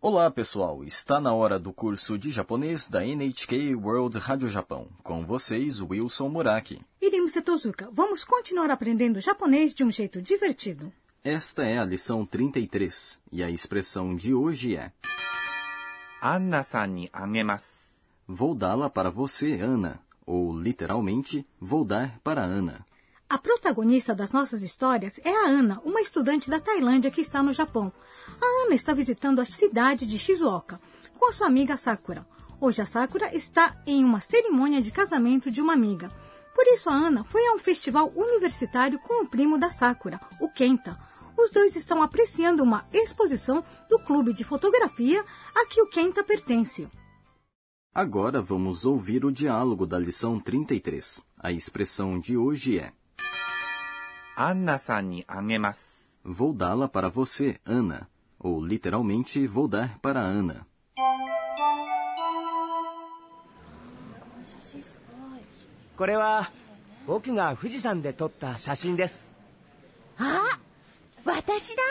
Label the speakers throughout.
Speaker 1: Olá, pessoal! Está na hora do curso de japonês da NHK World Rádio Japão. Com vocês, Wilson Muraki.
Speaker 2: Irimuse Tozuka, vamos continuar aprendendo japonês de um jeito divertido.
Speaker 1: Esta é a lição 33 e a expressão de hoje é:
Speaker 3: アンナさんにあげます。
Speaker 1: Vou dá-la para você, Ana. Ou, literalmente, vou dar para Ana.
Speaker 2: A protagonista das nossas histórias é a Ana, uma estudante da Tailândia que está no Japão. A Ana está visitando a cidade de Shizuoka com a sua amiga Sakura. Hoje a Sakura está em uma cerimônia de casamento de uma amiga. Por isso a Ana foi a um festival universitário com o primo da Sakura, o Kenta. Os dois estão apreciando uma exposição do clube de fotografia a que o Kenta pertence.
Speaker 1: Agora vamos ouvir o diálogo da lição 33. A expressão de hoje é:
Speaker 3: アンナさんにあげます。
Speaker 1: Vou dá-la para você, Ana. Ou, literalmente, vou dar para Ana.
Speaker 4: これは僕が富士山で撮った写真です
Speaker 5: あ私だ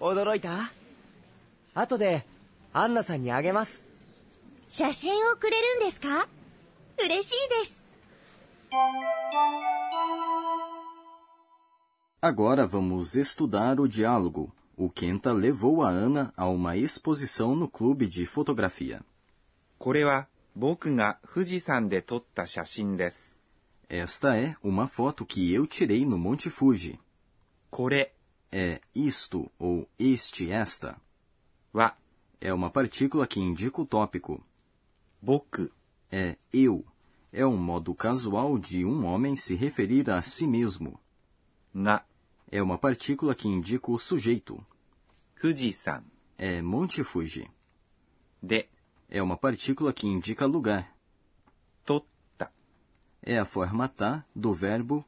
Speaker 4: 驚いた後でアンナさんにあげます
Speaker 5: 写真をくれるんですか嬉しいです。
Speaker 1: Agora vamos estudar o diálogo. O Kenta levou a Ana a uma exposição no clube de fotografia.
Speaker 3: これは僕が富士山で撮った写真です。
Speaker 1: Esta é uma foto que eu tirei no Monte Fuji.
Speaker 3: これ
Speaker 1: É isto ou este, esta.
Speaker 3: は
Speaker 1: É uma partícula que indica o tópico.
Speaker 3: 僕
Speaker 1: É eu. É um modo casual de um homem se referir a si mesmo.
Speaker 3: が
Speaker 1: É uma partícula que indica o sujeito.
Speaker 3: 富士山
Speaker 1: É Monte Fuji.
Speaker 3: で
Speaker 1: É uma partícula que indica lugar.
Speaker 3: 撮った、
Speaker 1: É a forma tá do verbo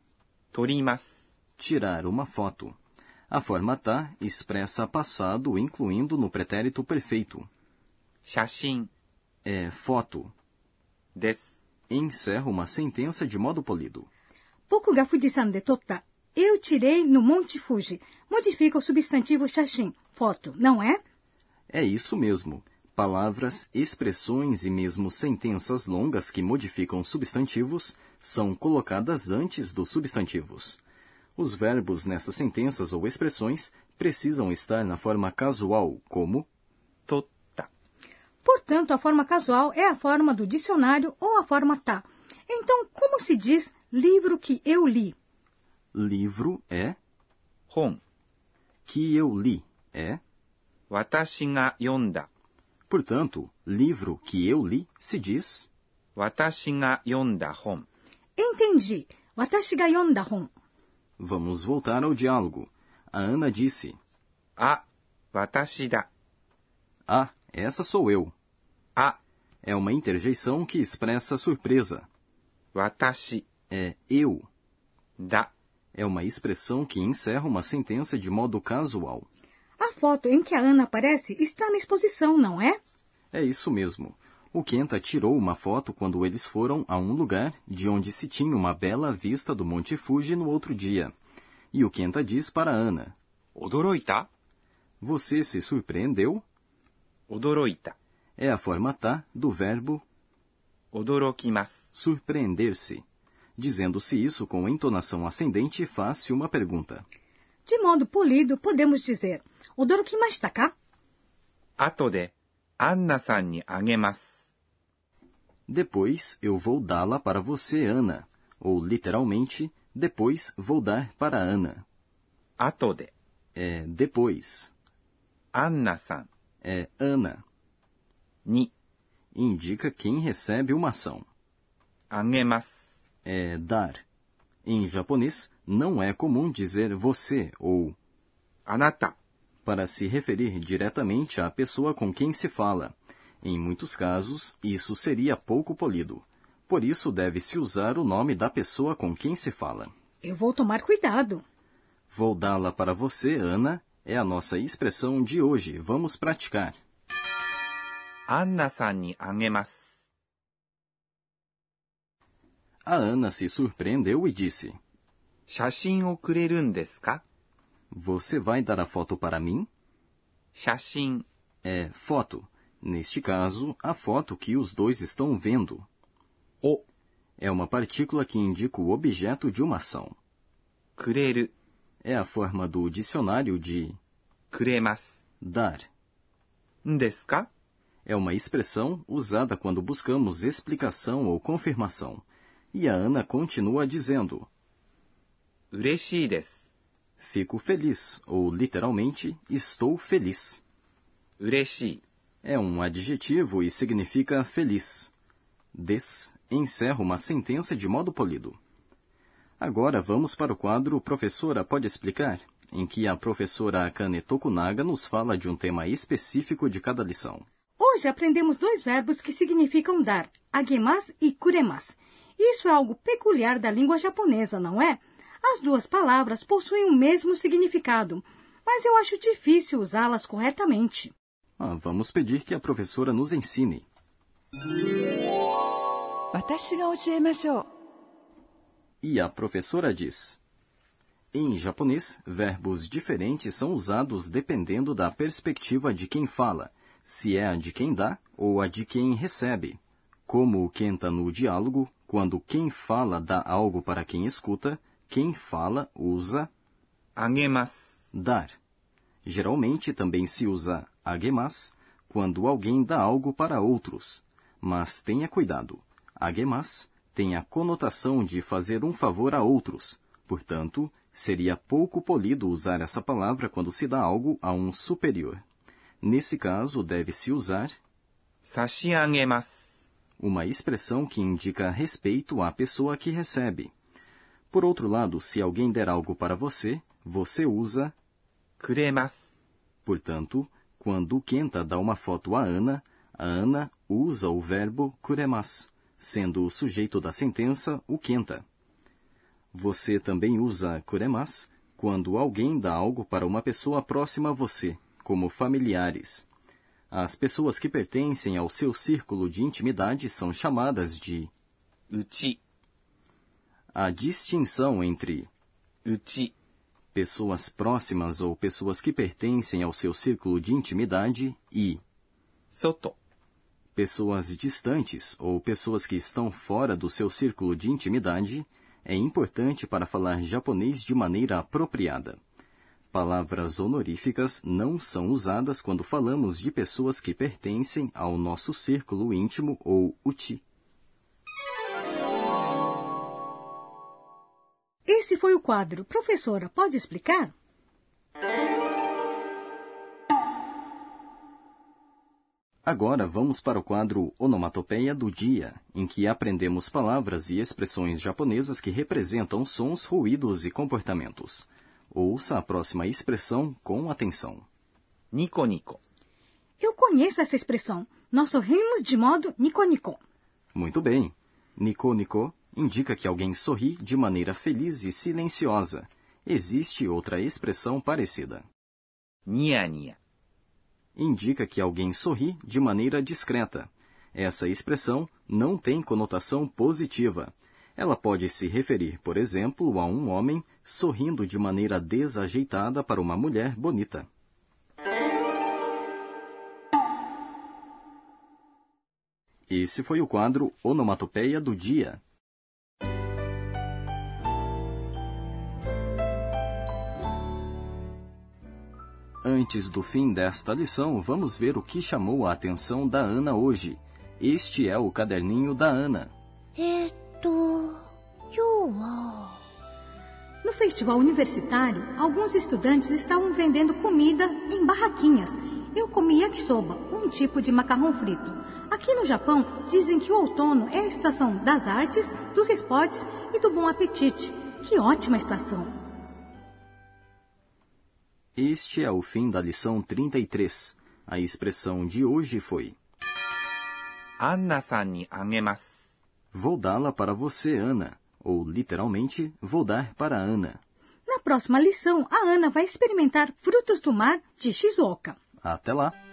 Speaker 3: 撮ります。
Speaker 1: tirar uma foto. A forma tá expressa passado, incluindo no pretérito perfeito.
Speaker 3: 写真
Speaker 1: É foto.
Speaker 3: です。
Speaker 1: Encerra uma sentença de modo polido.
Speaker 2: Pouco gafudisan de tota. Eu tirei no Monte Fuji. Modifica o substantivo shashin, foto, não é?
Speaker 1: É isso mesmo. Palavras, expressões e mesmo sentenças longas que modificam substantivos são colocadas antes dos substantivos. Os verbos nessas sentenças ou expressões precisam estar na forma casual, como
Speaker 3: 撮った、
Speaker 2: Portanto, a forma casual é a forma do dicionário ou a forma tá. Então, como se diz livro que eu li?
Speaker 1: livro é,
Speaker 3: 本、
Speaker 1: que eu li é,
Speaker 3: 私が読んだ、
Speaker 1: Portanto, livro que eu li se diz.
Speaker 3: 私が読んだ本。
Speaker 2: Entendi. Watashi ga yonda hon.
Speaker 1: Vamos voltar ao diálogo. A Ana disse:
Speaker 3: あ、私だ、
Speaker 1: Ah, essa sou eu.
Speaker 3: あ、
Speaker 1: É uma interjeição que expressa surpresa.
Speaker 3: 私
Speaker 1: É eu.
Speaker 3: だ、
Speaker 1: É uma expressão que encerra uma sentença de modo casual.
Speaker 2: A foto em que a Ana aparece está na exposição, não é?
Speaker 1: É isso mesmo. O Kenta tirou uma foto quando eles foram a um lugar de onde se tinha uma bela vista do Monte Fuji no outro dia. E o Kenta diz para Ana:
Speaker 3: 驚いた
Speaker 1: Você se surpreendeu?
Speaker 3: 驚いた、
Speaker 1: É a forma tá do verbo
Speaker 3: 驚きます。
Speaker 1: surpreender-se. Dizendo-se isso com entonação ascendente, faz-se uma pergunta.
Speaker 2: De modo polido, podemos dizer Odoro kimashita ka?
Speaker 3: 後で、アンナさんにあげます。
Speaker 1: Depois eu vou dá-la para você, Ana. Ou literalmente, depois vou dar para Ana.
Speaker 3: 後で、
Speaker 1: É depois.
Speaker 3: アンナさん
Speaker 1: É Ana.
Speaker 3: に
Speaker 1: Indica quem recebe uma ação.
Speaker 3: あげます。
Speaker 1: É dar. Em japonês, não é comum dizer você ou
Speaker 3: あなた、
Speaker 1: para se referir diretamente à pessoa com quem se fala. Em muitos casos, isso seria pouco polido. Por isso, deve-se usar o nome da pessoa com quem se fala.
Speaker 2: Eu vou tomar cuidado.
Speaker 1: Vou dá-la para você, Ana, é a nossa expressão de hoje. Vamos praticar.
Speaker 3: アンナさんにあげます。
Speaker 1: A Ana se surpreendeu e disse:
Speaker 3: 写真をくれるんですか
Speaker 1: Você vai dar a foto para mim?
Speaker 3: 写真
Speaker 1: é foto. Neste caso, a foto que os dois estão vendo.
Speaker 3: O
Speaker 1: É uma partícula que indica o objeto de uma ação.
Speaker 3: くれる、
Speaker 1: É a forma do dicionário de
Speaker 3: くれます。
Speaker 1: dar.
Speaker 3: んですか
Speaker 1: É uma expressão usada quando buscamos explicação ou confirmação. E a Ana continua dizendo:
Speaker 3: 嬉しいです。
Speaker 1: Fico feliz, ou literalmente, estou feliz.
Speaker 3: 嬉しい。
Speaker 1: É um adjetivo e significa feliz. Des encerra uma sentença de modo polido. Agora vamos para o quadro Professora Pode Explicar, em que a professora Akane Tokunaga nos fala de um tema específico de cada lição.
Speaker 2: Hoje aprendemos dois verbos que significam dar, agemas e kuremas. Isso é algo peculiar da língua japonesa, não é? As duas palavras possuem o mesmo significado, mas eu acho difícil usá-las corretamente.
Speaker 1: Ah, vamos pedir que a professora nos ensine.
Speaker 6: 私が教えましょう
Speaker 1: E a professora diz: Em japonês, verbos diferentes são usados dependendo da perspectiva de quem fala, se é a de quem dá ou a de quem recebe. Como o Kenta no diálogo, quando quem fala dá algo para quem escuta, quem fala usa
Speaker 3: あげます。
Speaker 1: dar. Geralmente também se usa agemas quando alguém dá algo para outros. Mas tenha cuidado. Agemas tem a conotação de fazer um favor a outros. Portanto, seria pouco polido usar essa palavra quando se dá algo a um superior. Nesse caso, deve-se usar
Speaker 3: 差し上げます。
Speaker 1: uma expressão que indica respeito à pessoa que recebe. Por outro lado, se alguém der algo para você, você usa
Speaker 3: くれます。
Speaker 1: Portanto, quando o Kenta dá uma foto a Ana, a Ana usa o verbo kuremas, sendo o sujeito da sentença o Kenta. Você também usa kuremas quando alguém dá algo para uma pessoa próxima a você, como familiares. As pessoas que pertencem ao seu círculo de intimidade são chamadas de.
Speaker 3: うち、
Speaker 1: A distinção entre
Speaker 3: うち、
Speaker 1: pessoas próximas ou pessoas que pertencem ao seu círculo de intimidade e
Speaker 3: 外、
Speaker 1: pessoas distantes ou pessoas que estão fora do seu círculo de intimidade é importante para falar japonês de maneira apropriada. Palavras honoríficas não são usadas quando falamos de pessoas que pertencem ao nosso círculo íntimo ou uchi.
Speaker 2: Esse foi o quadro. Professora, pode explicar?
Speaker 1: Agora vamos para o quadro Onomatopeia do Dia, em que aprendemos palavras e expressões japonesas que representam sons, ruídos e comportamentos. Ouça a próxima expressão com atenção.
Speaker 3: ニコニコ、
Speaker 2: Eu conheço essa expressão. Nós sorrimos de modo nico-nico.
Speaker 1: Muito bem. Nico Nico indica que alguém sorri de maneira feliz e silenciosa. Existe outra expressão parecida.
Speaker 3: ニヤニヤ、
Speaker 1: Indica que alguém sorri de maneira discreta. Essa expressão não tem conotação positiva. Ela pode se referir, por exemplo, a um homem sorrindo de maneira desajeitada para uma mulher bonita. Esse foi o quadro Onomatopeia do Dia. Antes do fim desta lição, vamos ver o que chamou a atenção da Ana hoje. Este é o caderninho da Ana.
Speaker 5: えーっと、今日は、
Speaker 2: No festival universitário, alguns estudantes estavam vendendo comida em barraquinhas. Eu comi yakisoba, um tipo de macarrão frito. Aqui no Japão, dizem que o outono é a estação das artes, dos esportes e do bom apetite. Que ótima estação!
Speaker 1: Este é o fim da lição 33. A expressão de hoje foi:
Speaker 3: アンナさんにあげます。
Speaker 1: Vou dá-la para você, Ana. Ou, literalmente, vou dar para Ana.
Speaker 2: Na próxima lição, a Ana vai experimentar frutos do mar de Shizuoka.
Speaker 1: Até lá!